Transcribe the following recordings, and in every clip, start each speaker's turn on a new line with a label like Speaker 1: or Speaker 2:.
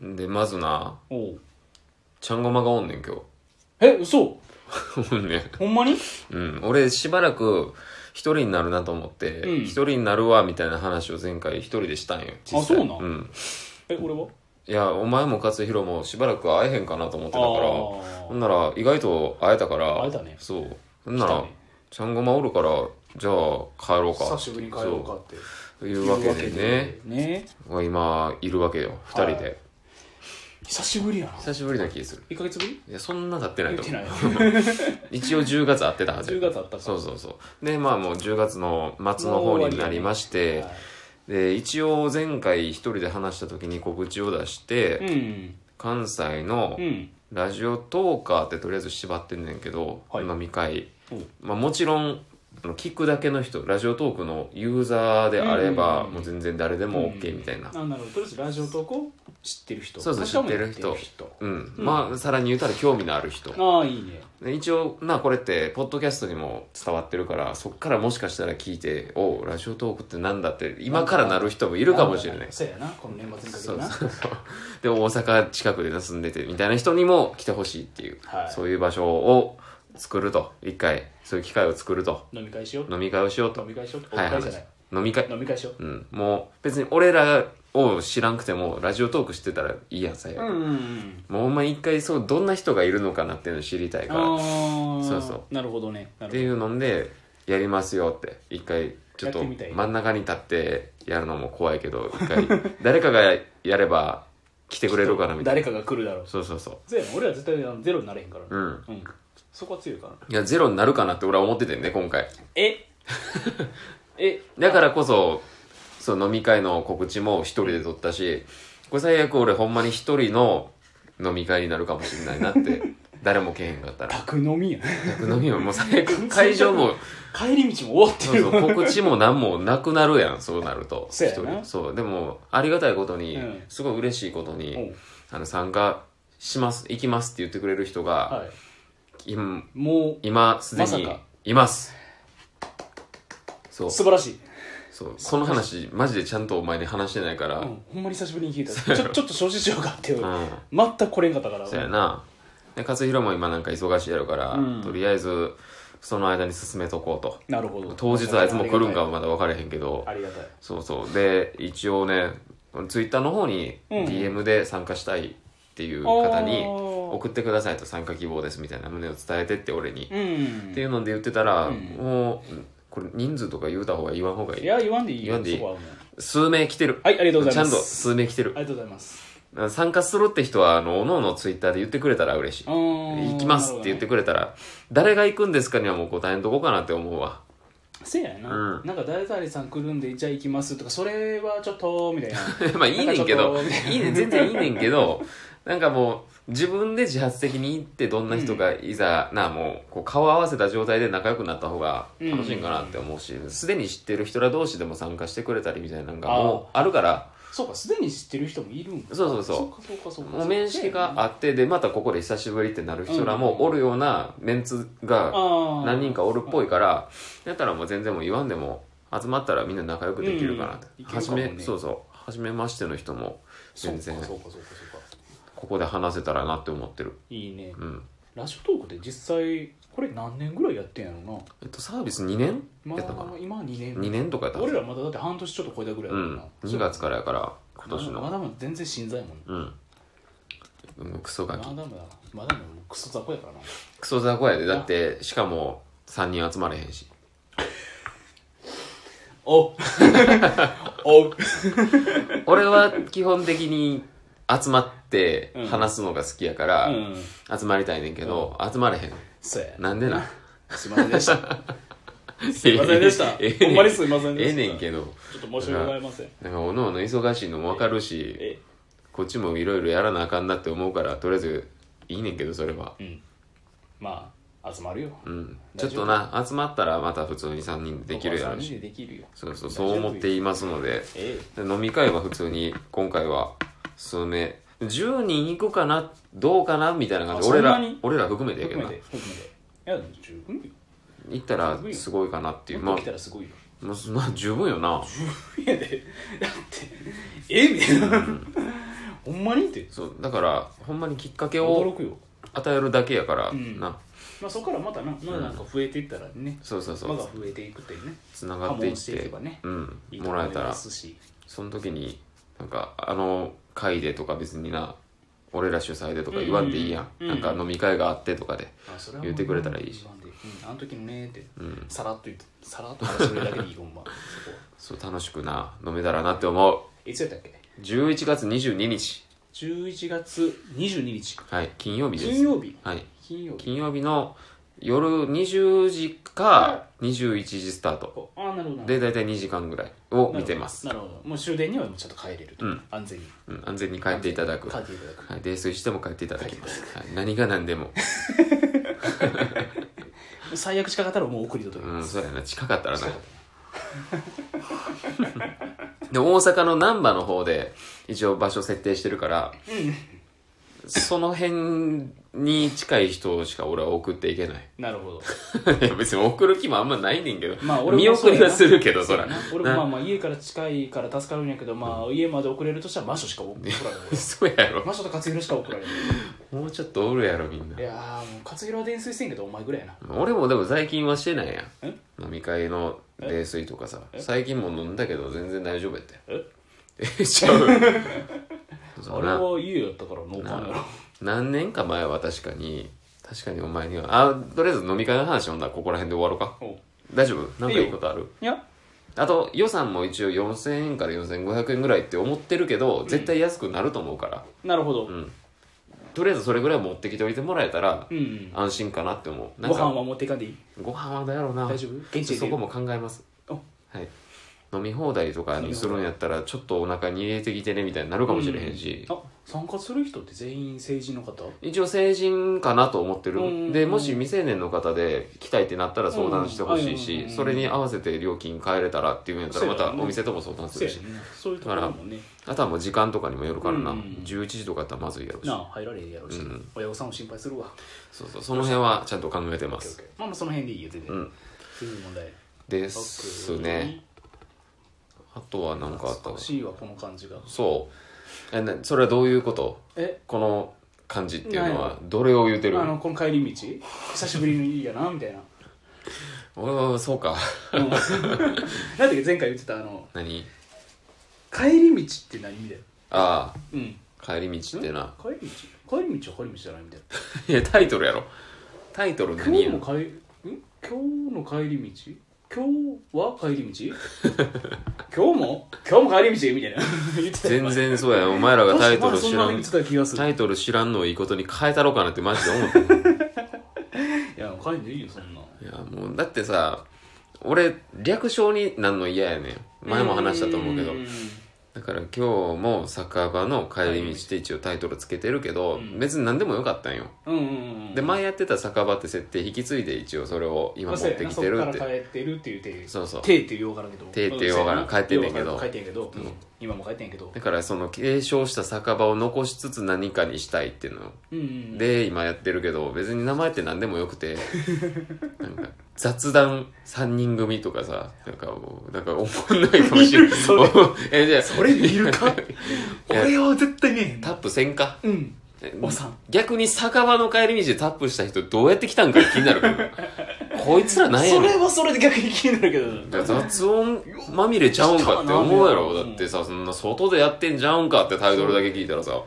Speaker 1: でまずな
Speaker 2: おう
Speaker 1: ちゃんごまがおんねん今
Speaker 2: え嘘
Speaker 1: 日 おんねん
Speaker 2: ほんまに
Speaker 1: うん俺しばらく一人になるなと思って
Speaker 2: うん
Speaker 1: 一、人になるわみたいな話を前回一人でしたんよ実際
Speaker 2: あそうなん
Speaker 1: うん
Speaker 2: え俺はい
Speaker 1: やお前も勝弘もしばらく会えへんかなと思ってたから
Speaker 2: あ
Speaker 1: ほんなら意外と会えたから
Speaker 2: 会えたね
Speaker 1: そうほん
Speaker 2: ー
Speaker 1: なら、
Speaker 2: 来たね
Speaker 1: ちゃんごまおるからじゃあ帰ろうか
Speaker 3: 久しぶりに帰ろうかって
Speaker 1: というわけでね
Speaker 2: ね
Speaker 1: 今いるわけよ二人で、
Speaker 2: は久しぶりやな
Speaker 1: 久しぶりな気する
Speaker 2: 1ヶ月ぶり
Speaker 1: いやそんな経ってない
Speaker 2: 言
Speaker 1: と
Speaker 2: って
Speaker 1: 思
Speaker 2: な
Speaker 1: う
Speaker 2: い
Speaker 1: 一応10月会ってたはず
Speaker 2: 10月あったか
Speaker 1: そうそうそうでまあもう10月の末の方になりまして、
Speaker 2: はい
Speaker 1: で一応前回一人で話した時に告知を出して、
Speaker 2: うん
Speaker 1: 関西の
Speaker 2: うん
Speaker 1: ラジオトーカーってとりあえず縛ってんねんけど、
Speaker 2: はい
Speaker 1: 飲み会
Speaker 2: お、
Speaker 1: まあ、もちろんあの聞くだけの人ラジオトークのユーザーであれば、
Speaker 2: うん
Speaker 1: もう全然誰でも
Speaker 2: う
Speaker 1: OK
Speaker 2: ん
Speaker 1: みたいな、
Speaker 2: あなるほどとりあえずラジオ投稿知ってる人
Speaker 1: そうそう
Speaker 2: 私はも
Speaker 1: 知ってる人
Speaker 2: 知ってる
Speaker 1: うん
Speaker 2: うん
Speaker 1: まあさらに言うたら興味のある人
Speaker 2: 人ああいいね
Speaker 1: で一応なこれってポッドキャストにも伝わってるからそっからもしかしたら聞いて「おうラジオトークってなんだ?」って今からなる人もい
Speaker 2: い
Speaker 1: るかもしれない
Speaker 2: そうやなこの年末にかけ
Speaker 1: そ
Speaker 2: て
Speaker 1: う
Speaker 2: な
Speaker 1: そうそうで大阪近くで住んでてみたいな人にも来てほしいっていう、
Speaker 2: はい
Speaker 1: そういう場所を作ると一回そういう機会を作ると
Speaker 2: 飲み会しよう
Speaker 1: 飲み会をしよう
Speaker 2: 飲
Speaker 1: と
Speaker 2: み会しよう
Speaker 1: は
Speaker 2: 飲
Speaker 1: い
Speaker 2: み会じゃない
Speaker 1: 飲み会
Speaker 2: 飲み会しよ
Speaker 1: うんもう別に俺らを知らんくてもラジオトークしてたらいいやん最
Speaker 2: う
Speaker 1: 悪、
Speaker 2: うんうんうん
Speaker 1: もうお前一回そうどんな人がいるのかなっていうのを知りたいから
Speaker 2: ああ
Speaker 1: そうそう
Speaker 2: なるほどねな
Speaker 1: っ
Speaker 2: る
Speaker 1: ていうのでやりますよって一回ちょっ
Speaker 2: や
Speaker 1: と
Speaker 2: ってみたい
Speaker 1: 真ん中に立ってやるのも怖いけど一回 誰かがやれば来てくれるかな
Speaker 2: ほど
Speaker 1: みたい
Speaker 2: 誰
Speaker 1: な
Speaker 2: かが来るだろう
Speaker 1: そうそうそ
Speaker 2: そうやな俺ら絶対あのゼロになれへんから
Speaker 1: ううん
Speaker 2: うんそこは強いから
Speaker 1: いやゼロになるかなって俺は思っててんね今回
Speaker 2: ええ
Speaker 1: だからこそそう飲み会の告知も一人で撮ったしこれ最悪俺ほんまに一人の飲み会になるかもしれないなって誰もけえへんか ったら
Speaker 2: 宅飲みやん
Speaker 1: 宅飲みはもう最悪会場も
Speaker 2: 帰り道も終わって
Speaker 1: そう
Speaker 2: る
Speaker 1: そう告知も何もなくなるやんそうなると
Speaker 2: そうやな
Speaker 1: 一人そうでもありがたいことに、
Speaker 2: うん
Speaker 1: すごい嬉しいことに、
Speaker 2: うん
Speaker 1: あの参加します行きますって言ってくれる人が、
Speaker 2: はい
Speaker 1: 今
Speaker 2: も
Speaker 1: 今すで
Speaker 2: まさ
Speaker 1: に
Speaker 2: か
Speaker 1: います、そうう
Speaker 2: 素晴らしい、
Speaker 1: そうこの話マジでちゃんとお前に話してないから、
Speaker 2: う
Speaker 1: うん
Speaker 2: ん、ほんまに久しぶりに聞い たちょちょっと承知しようかっていう全く来れんかったから
Speaker 1: そうやなで勝弘も今なんか忙しいやろから、
Speaker 2: うん
Speaker 1: とりあえずその間に進めとこうと
Speaker 2: なるほど
Speaker 1: 当日あいつも来るんかは
Speaker 2: も
Speaker 1: まだ分からへんけど、
Speaker 2: ありがたい
Speaker 1: そうそうで一応ねツイッターの方に
Speaker 2: うん
Speaker 1: DM で参加したいっていう方に
Speaker 2: あー
Speaker 1: 送ってくださいと参加希望ですみたいな旨を伝えてって俺に、っ
Speaker 2: うん
Speaker 1: ていうので言ってたら、
Speaker 2: うん
Speaker 1: もううんこれ人数とか言うた方が言わん方がい
Speaker 2: い
Speaker 1: い
Speaker 2: や言わんでいい
Speaker 1: 言わんでいい
Speaker 2: そこはもう
Speaker 1: 数名来てる
Speaker 2: はいありがとうご
Speaker 1: ち
Speaker 2: ざ
Speaker 1: ゃ
Speaker 2: い
Speaker 1: ん
Speaker 2: ま
Speaker 1: と
Speaker 2: す
Speaker 1: 数名来てる
Speaker 2: ありがとうございます
Speaker 1: 参加するって人はあのおのおのツイッターで言ってくれたら嬉しい行
Speaker 2: 行
Speaker 1: きますって言ってくれたら、誰が行くんですかにはもう答えんとこかなって思うわ
Speaker 2: せやな、
Speaker 1: うん
Speaker 2: なんか誰々さん来るんでじゃあ行きますとかそれはちょっとみたい な
Speaker 1: まあいいねんけど
Speaker 2: なんかちょっと
Speaker 1: いいね全然いいねんけどなんかもう自分で自発的に行ってどんな人がいざ、なあもうこう顔合わせた状態で仲良くなった方が楽しいんかなって思うしすで、に知ってる人ら同士でも参加してくれたりみたいなのがもうあるから
Speaker 2: そうかすでに知ってる人もいるんか
Speaker 1: そうそうそう
Speaker 2: そうかそうかそうか
Speaker 1: もう面識があってでまたここで久しぶりってなる人ら
Speaker 2: う
Speaker 1: もおるようなメンツが
Speaker 2: あ
Speaker 1: 何人かおるっぽ
Speaker 2: い
Speaker 1: いからだったらもう全然もう言わんでも集まったらみんな仲良くできるかなって、
Speaker 2: うんいける
Speaker 1: 初
Speaker 2: かもね
Speaker 1: めそうそう初めましての人も全然
Speaker 2: そうかそうかそうかそうか
Speaker 1: ここで話せたらなって思ってる
Speaker 2: いいね
Speaker 1: うん
Speaker 2: ラジオトークって実際これ何年ぐらいやってんやろな
Speaker 1: えっとサービス2年
Speaker 2: ま
Speaker 1: やったかな
Speaker 2: あ今2年
Speaker 1: 2年とかやった
Speaker 2: 俺らまだだって半年ちょっと超えたぐらいうやもん
Speaker 1: ん
Speaker 2: な
Speaker 1: 2月からやから今年
Speaker 2: ま
Speaker 1: の
Speaker 2: だまだ全然新参やもんな
Speaker 1: うんうんクソガキ
Speaker 2: まだまだまだまだクソ雑魚やからな
Speaker 1: クソ雑魚やでだってしかも3人集まれへんし
Speaker 2: お お
Speaker 1: 俺は基本的に集まって
Speaker 2: うん
Speaker 1: 話すのが好きやか
Speaker 2: う
Speaker 1: ら
Speaker 2: ん
Speaker 1: 集まりたいねんけど集まれへん
Speaker 2: そうや
Speaker 1: なんでな
Speaker 2: すいませんでしたすいませんでした
Speaker 1: ええね
Speaker 2: ほんまにすいませんで
Speaker 1: ええ
Speaker 2: した
Speaker 1: ねんけど
Speaker 2: ちょっと申し訳ございません
Speaker 1: なんかおのおの忙しいのも分かるし
Speaker 2: え
Speaker 1: こっちもいろいろやらなあかんなって思うからとりあえずいいねんけどそれは
Speaker 2: うんまあ集まるよ
Speaker 1: うん、ちょっとな集まったらまた普通に3人でできるやろう
Speaker 2: し
Speaker 1: し
Speaker 2: できるよ
Speaker 1: そうそうそう思っていますので
Speaker 2: え
Speaker 1: で飲み会は普通に今回は数名10人行くかなどうかなみたいな感じ
Speaker 2: あ
Speaker 1: 俺
Speaker 2: そ
Speaker 1: ら
Speaker 2: んなに
Speaker 1: 俺ら含めて
Speaker 2: え
Speaker 1: やけど
Speaker 2: 含
Speaker 1: な
Speaker 2: めて含めていや十分よ
Speaker 1: 行ったらすごいかなっていうま
Speaker 2: もっと来た
Speaker 1: あ
Speaker 2: らすごいよ
Speaker 1: もうそんな十分よない
Speaker 2: やでだってえみたいなほんまにって
Speaker 1: そうだからほんまにきっかけ
Speaker 2: 驚
Speaker 1: を
Speaker 2: くよ、
Speaker 1: 与えるだけやから、
Speaker 2: うん
Speaker 1: な
Speaker 2: まあ、そこからまたなまだなんか増えていったらね、
Speaker 1: そうそうそ
Speaker 2: ま
Speaker 1: う
Speaker 2: だ増えていくっていうね
Speaker 1: つながってい
Speaker 2: 波紋
Speaker 1: っ
Speaker 2: して
Speaker 1: て
Speaker 2: いけばね
Speaker 1: うん、
Speaker 2: いいと
Speaker 1: も
Speaker 2: 思
Speaker 1: らえ
Speaker 2: い
Speaker 1: た
Speaker 2: ま
Speaker 1: ら
Speaker 2: すし
Speaker 1: その時になんかあの会でとか別にな俺ら主催でとか言わんでいいやん、
Speaker 2: うん
Speaker 1: なんか飲み会があってとかで、
Speaker 2: あそれは
Speaker 1: 言ってくれたらいいし
Speaker 2: もう言わんでうんあの時のねーって
Speaker 1: うん、
Speaker 2: さらっと言ってさらっと話それだけでいいほんまそこ
Speaker 1: そう楽しくな飲めたらなって思う
Speaker 2: いつやったっけ
Speaker 1: 11月22日
Speaker 2: 11月22日
Speaker 1: はい金曜日です
Speaker 2: 金曜日
Speaker 1: はい、
Speaker 2: 金曜日
Speaker 1: 金曜日の夜20時か
Speaker 2: は
Speaker 1: 21時スタート
Speaker 2: ああなるほど
Speaker 1: で大体2時間ぐらいを見てます、
Speaker 2: なるほどもう終電にはもうちょっと帰れると、
Speaker 1: うん
Speaker 2: 安全に
Speaker 1: うん、安全に帰っていただく
Speaker 2: 帰っていただく
Speaker 1: はい、泥酔しても帰っていただきます、はい、何が何でも、
Speaker 2: 最悪近かったらもう送り届け
Speaker 1: う
Speaker 2: ま
Speaker 1: ん、
Speaker 2: す、
Speaker 1: そうやな近かったらな
Speaker 2: 近かっ
Speaker 1: で大阪の難波の方で一応場所設定してるから、その辺に近い人しか俺は送っていけ ない
Speaker 2: なるほど
Speaker 1: いや別に送る気もあんまないねんけど、
Speaker 2: まあ俺
Speaker 1: 見
Speaker 2: もそ
Speaker 1: 送
Speaker 2: うやな
Speaker 1: りはするけどそら
Speaker 2: そうやな俺もまあまあ家から近いから助かるんやけどまあ家まで送れるとしたら魔女しか送られない
Speaker 1: そうやろ
Speaker 2: 魔女と勝弘しか送られない
Speaker 1: もうちょっとおるやろみんない
Speaker 2: やーもう勝弘は伝説せんけどお前ぐらいやな
Speaker 1: 俺もでも最近はしてないやん
Speaker 2: え
Speaker 1: 飲み会の泥酔とかさ
Speaker 2: え
Speaker 1: 最近も飲んだけど全然大丈夫やって
Speaker 2: え
Speaker 1: えちゃう
Speaker 2: あ
Speaker 1: そう
Speaker 2: れ
Speaker 1: な
Speaker 2: は家やったからノーカンやろ
Speaker 1: 何年か前は確かに確かにお前にはあとりあえず飲み会の話ほんならここら辺で終わろうか
Speaker 2: おう
Speaker 1: 大丈夫なんかいいことある
Speaker 2: いや
Speaker 1: あと予算も一応4000円から4500円ぐらいって思ってるけど絶対安くなると思うから、
Speaker 2: なるほど、
Speaker 1: うんとりあえずそれぐらい持ってきておいてもらえたら
Speaker 2: うんうん
Speaker 1: 安心かなって思うな
Speaker 2: ご
Speaker 1: ん
Speaker 2: 飯
Speaker 1: か
Speaker 2: は持っていかんでいい
Speaker 1: ご飯はだやろうな
Speaker 2: 大丈夫現地で
Speaker 1: そこも考えます
Speaker 2: お
Speaker 1: はい飲み放題とかにするんやったらちょっとお腹に入れてきてねみたいになるかもしれへんし、
Speaker 2: あ参加する人って全員成人の方
Speaker 1: 一応成人かなと思って
Speaker 2: うん
Speaker 1: るでもし未成年の方で来たいってなったら相談してほしい
Speaker 2: うんうん
Speaker 1: し
Speaker 2: うん
Speaker 1: それに合わせて料金変えれたらっていうんやったらまたお店とも相談す
Speaker 2: そ
Speaker 1: る
Speaker 2: うや
Speaker 1: し
Speaker 2: ねんなそういうところもね
Speaker 1: あとはもう時間とかにもよるからな、
Speaker 2: うんうん
Speaker 1: 11時とかやったらまずいやろうし
Speaker 2: なあ入られへんやろうし、
Speaker 1: うん
Speaker 2: 親御さんを心配するわ
Speaker 1: そうそうその辺はちゃんと考えてます
Speaker 2: まあまあその辺でいいよ全然、
Speaker 1: うん
Speaker 2: 全然問題ない
Speaker 1: ですねあとは何かあった
Speaker 2: 懐かしいわこの感じが
Speaker 1: そうえなそれはどういうこと
Speaker 2: え
Speaker 1: この感じっていうの
Speaker 2: な
Speaker 1: はどれを言うて
Speaker 2: あ
Speaker 1: る
Speaker 2: のこの帰り道久しぶりのいいやなみたいな、
Speaker 1: おーそうか
Speaker 2: うん、なんだっけ前回言ってたあの
Speaker 1: 何
Speaker 2: 帰り道って何みたいな
Speaker 1: あ
Speaker 2: うん
Speaker 1: あ帰り道ってな
Speaker 2: 帰り道帰り道は帰り道じゃないみたいない
Speaker 1: やタイトルやろタイトル
Speaker 2: 今
Speaker 1: 何
Speaker 2: 日
Speaker 1: や
Speaker 2: も帰りん今日の帰り道今日は帰り 道今日も今日も帰り道みたいな言ってたよ
Speaker 1: 全然そうやんお前らがタイトル知ら
Speaker 2: 確か
Speaker 1: ん
Speaker 2: にそんな言ってた気がする
Speaker 1: タイトル知らんのをいいことに変えたろうかなってマジで思った
Speaker 2: いや帰り道いいよそんない
Speaker 1: やもうだってさ俺略称になんの嫌やねん前も話したと思うけど
Speaker 2: ん
Speaker 1: だから今日も酒場の帰り道って一応タイトルつけてるけど、
Speaker 2: うん
Speaker 1: 別に何でもよかったんよ
Speaker 2: うんうんうん
Speaker 1: で前やってた酒場って設定引き継いで一応それを今持ってきてる
Speaker 2: まあ
Speaker 1: っ
Speaker 2: そうやなそっか
Speaker 1: て
Speaker 2: ら帰ってるっていう手
Speaker 1: そうそう
Speaker 2: 手っていうようわからんけど
Speaker 1: 手っていうようわからん
Speaker 2: まあ
Speaker 1: 帰ってんねんけど
Speaker 2: ようわから帰ってんけど今も帰ってんけど
Speaker 1: だからその継承した酒場を残しつつ何かにしたいっていうの
Speaker 2: うんうん
Speaker 1: で今やってるけど別に名前って何でもよくてなんか雑談3人組とかさなんかもうなんか思んないかもしれない
Speaker 2: それ
Speaker 1: えじゃあ
Speaker 2: それ見るか
Speaker 1: いや
Speaker 2: 俺は絶対見えへん
Speaker 1: タップせんか
Speaker 2: うんおさん
Speaker 1: 逆に酒場の帰り道でタップした人どうやって来たんか気になるけどこいつらなんや
Speaker 2: そ
Speaker 1: ねん
Speaker 2: れはそれで逆に気になるけど
Speaker 1: いや雑音まみれちゃうんかって思うやろだってさそんな外でやってんじゃうんかってタイトルだけ聞いたらさ
Speaker 2: よ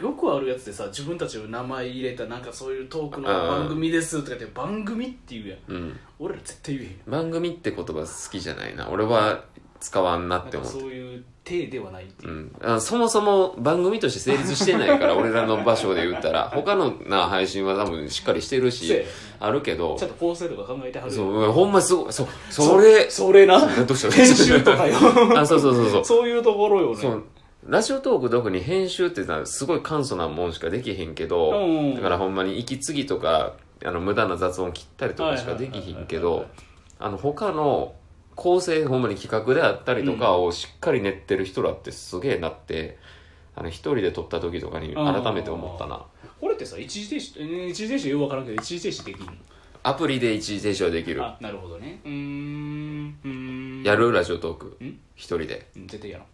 Speaker 2: よくあるやつでさ自分たちの名前入れたなんかそういうトークの番組ですとかって番組っていうやん
Speaker 1: うん
Speaker 2: 俺ら絶対言えへん
Speaker 1: 番組って言葉好きじゃないな俺は使わんな
Speaker 2: な
Speaker 1: っ
Speaker 2: ん
Speaker 1: て
Speaker 2: か
Speaker 1: 思っ
Speaker 2: そう
Speaker 1: て
Speaker 2: いう手ではないっていうう、
Speaker 1: ん、あそもそも番組として成立してない から俺らの場所で言ったら他のな配信は多分しっかりしてる
Speaker 2: そうや
Speaker 1: し
Speaker 2: ね
Speaker 1: あるけど
Speaker 2: ちゃんと構成とか考えてはる
Speaker 1: そ
Speaker 2: よ
Speaker 1: うほんますごいそうそれ
Speaker 2: それな
Speaker 1: どうした
Speaker 2: 編集とかよ
Speaker 1: あそうそうそうそう
Speaker 2: そういうところよね
Speaker 1: そうラジオトーク特に編集ってのはすごい簡素なもんしかできへんけど、
Speaker 2: うんうん
Speaker 1: だからほんまに息継ぎとかあの無駄な雑音切ったりとかしかできひんけ
Speaker 2: はいはいはいはい
Speaker 1: どあの他の構成ほんまに企画であったりとかをしっかり練ってる人らってすげえなって、あの一人で撮った時とかに改めて思ったな
Speaker 2: これってさ一時停止えー一時停止よくわからんけど一時停止できんの
Speaker 1: アプリで一時停止はできる
Speaker 2: あなるほどねうーんうーん
Speaker 1: やるラジオトーク
Speaker 2: うん
Speaker 1: 一人で
Speaker 2: うん絶対やらん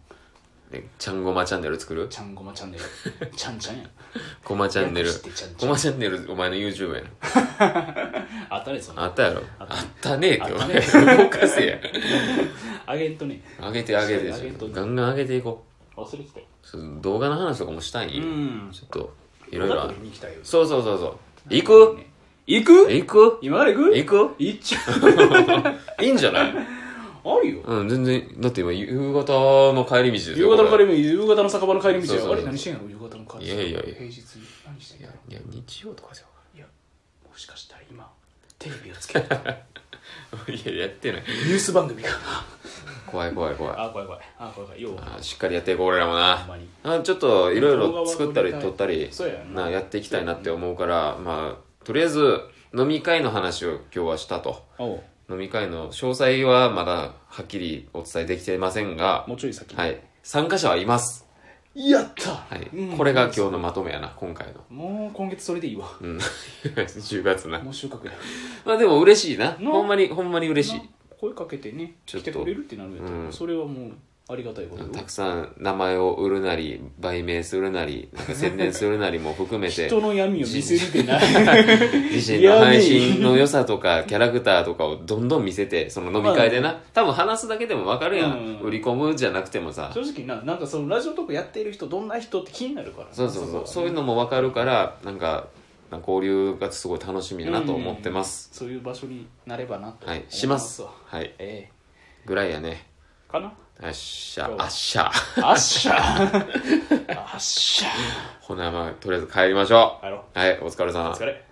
Speaker 1: でちゃんごまチャンネル作る
Speaker 2: ちゃんごまチャンネル。ちゃんちゃんやん。
Speaker 1: こまチャンネル
Speaker 2: 略してちゃんち
Speaker 1: こ
Speaker 2: ゃん
Speaker 1: まチャンネルお前の YouTube やな
Speaker 2: あったね、その。
Speaker 1: あったやろあったねえってお
Speaker 2: あ
Speaker 1: 前動かせ や
Speaker 2: あげんとね。
Speaker 1: 上げて上げて
Speaker 2: そう上げんとね
Speaker 1: ガンガン上げていこ
Speaker 2: 忘れてたよ。
Speaker 1: うちょっと動画の話とかもしたい、
Speaker 2: うん。
Speaker 1: ちょっといろいろある
Speaker 2: 見に行きたいよ。
Speaker 1: そうそうそうそう行く
Speaker 2: 行く
Speaker 1: 行く
Speaker 2: 今から行く
Speaker 1: 行く
Speaker 2: 行っちゃ。
Speaker 1: いいんじゃないう
Speaker 2: ある よ。
Speaker 1: うん全然だって今夕方の帰り道ですよ
Speaker 2: 夕方の
Speaker 1: こ
Speaker 2: 帰
Speaker 1: れ
Speaker 2: り道、夕方の酒場の帰り
Speaker 1: そうそうそう
Speaker 2: 道や。あれ、何してんの夕方の帰り道。
Speaker 1: いやいやいや
Speaker 2: 平日に。何してん
Speaker 1: い
Speaker 2: の
Speaker 1: やいや日曜とかじゃ
Speaker 2: いや、もしかしたら今、テレビをつけた
Speaker 1: ん いややってない
Speaker 2: ニュース番組か。
Speaker 1: 怖い怖い怖い
Speaker 2: あ、怖い怖い。あ、怖い怖い。よう、
Speaker 1: あーしっかりやっていこう俺らも
Speaker 2: ほん
Speaker 1: な
Speaker 2: まに。
Speaker 1: あちょっといろいろ作ったり撮ったり
Speaker 2: そうやんな
Speaker 1: なやっていきたいなって思うからまあとりあえず飲み会の話を今日はしたと
Speaker 2: おう
Speaker 1: 飲み会の詳細はまだはっきりお伝えできていませんが
Speaker 2: もうちょい先。
Speaker 1: はい参加者はいます
Speaker 2: やった
Speaker 1: はい
Speaker 2: うん
Speaker 1: これが今日のまとめやな今回の
Speaker 2: もう今月それでいいわ。
Speaker 1: うん 10月な
Speaker 2: もう収穫や。
Speaker 1: まあでも嬉しいな
Speaker 2: な
Speaker 1: ほんまにほんまに嬉しい
Speaker 2: な声かけてね、
Speaker 1: ちょ
Speaker 2: 来
Speaker 1: っと
Speaker 2: てくれるってなるんやったら
Speaker 1: うん
Speaker 2: それはもうありがたいことよ。
Speaker 1: たくさん名前を売るなり売名するなりなんか宣伝するなりも含めて
Speaker 2: 人の闇を見せるでない。
Speaker 1: 自身の配信の良さとかキャラクターとかをどんどん見せてその飲み会でな多分話すだけでも分かるやん、
Speaker 2: うん
Speaker 1: 売り込むじゃなくてもさ
Speaker 2: 正直な、なんかそのラジオトークやっている人、どんな人って気になるから。
Speaker 1: そうそうそうそういう
Speaker 2: の。
Speaker 1: のも分かるからなんかなんか交流がすごい楽しみやなと思ってます、
Speaker 2: そういう場所になればなと。
Speaker 1: はいします
Speaker 2: 思いわ
Speaker 1: はい
Speaker 2: え
Speaker 1: ぐらいやね
Speaker 2: えかな
Speaker 1: あっしゃあっしゃ
Speaker 2: あっしゃ あっしゃ
Speaker 1: ほなまあとりあえず帰りましょ
Speaker 2: 帰ろう。
Speaker 1: うはいお疲れさ
Speaker 2: お
Speaker 1: ん
Speaker 2: 疲れ。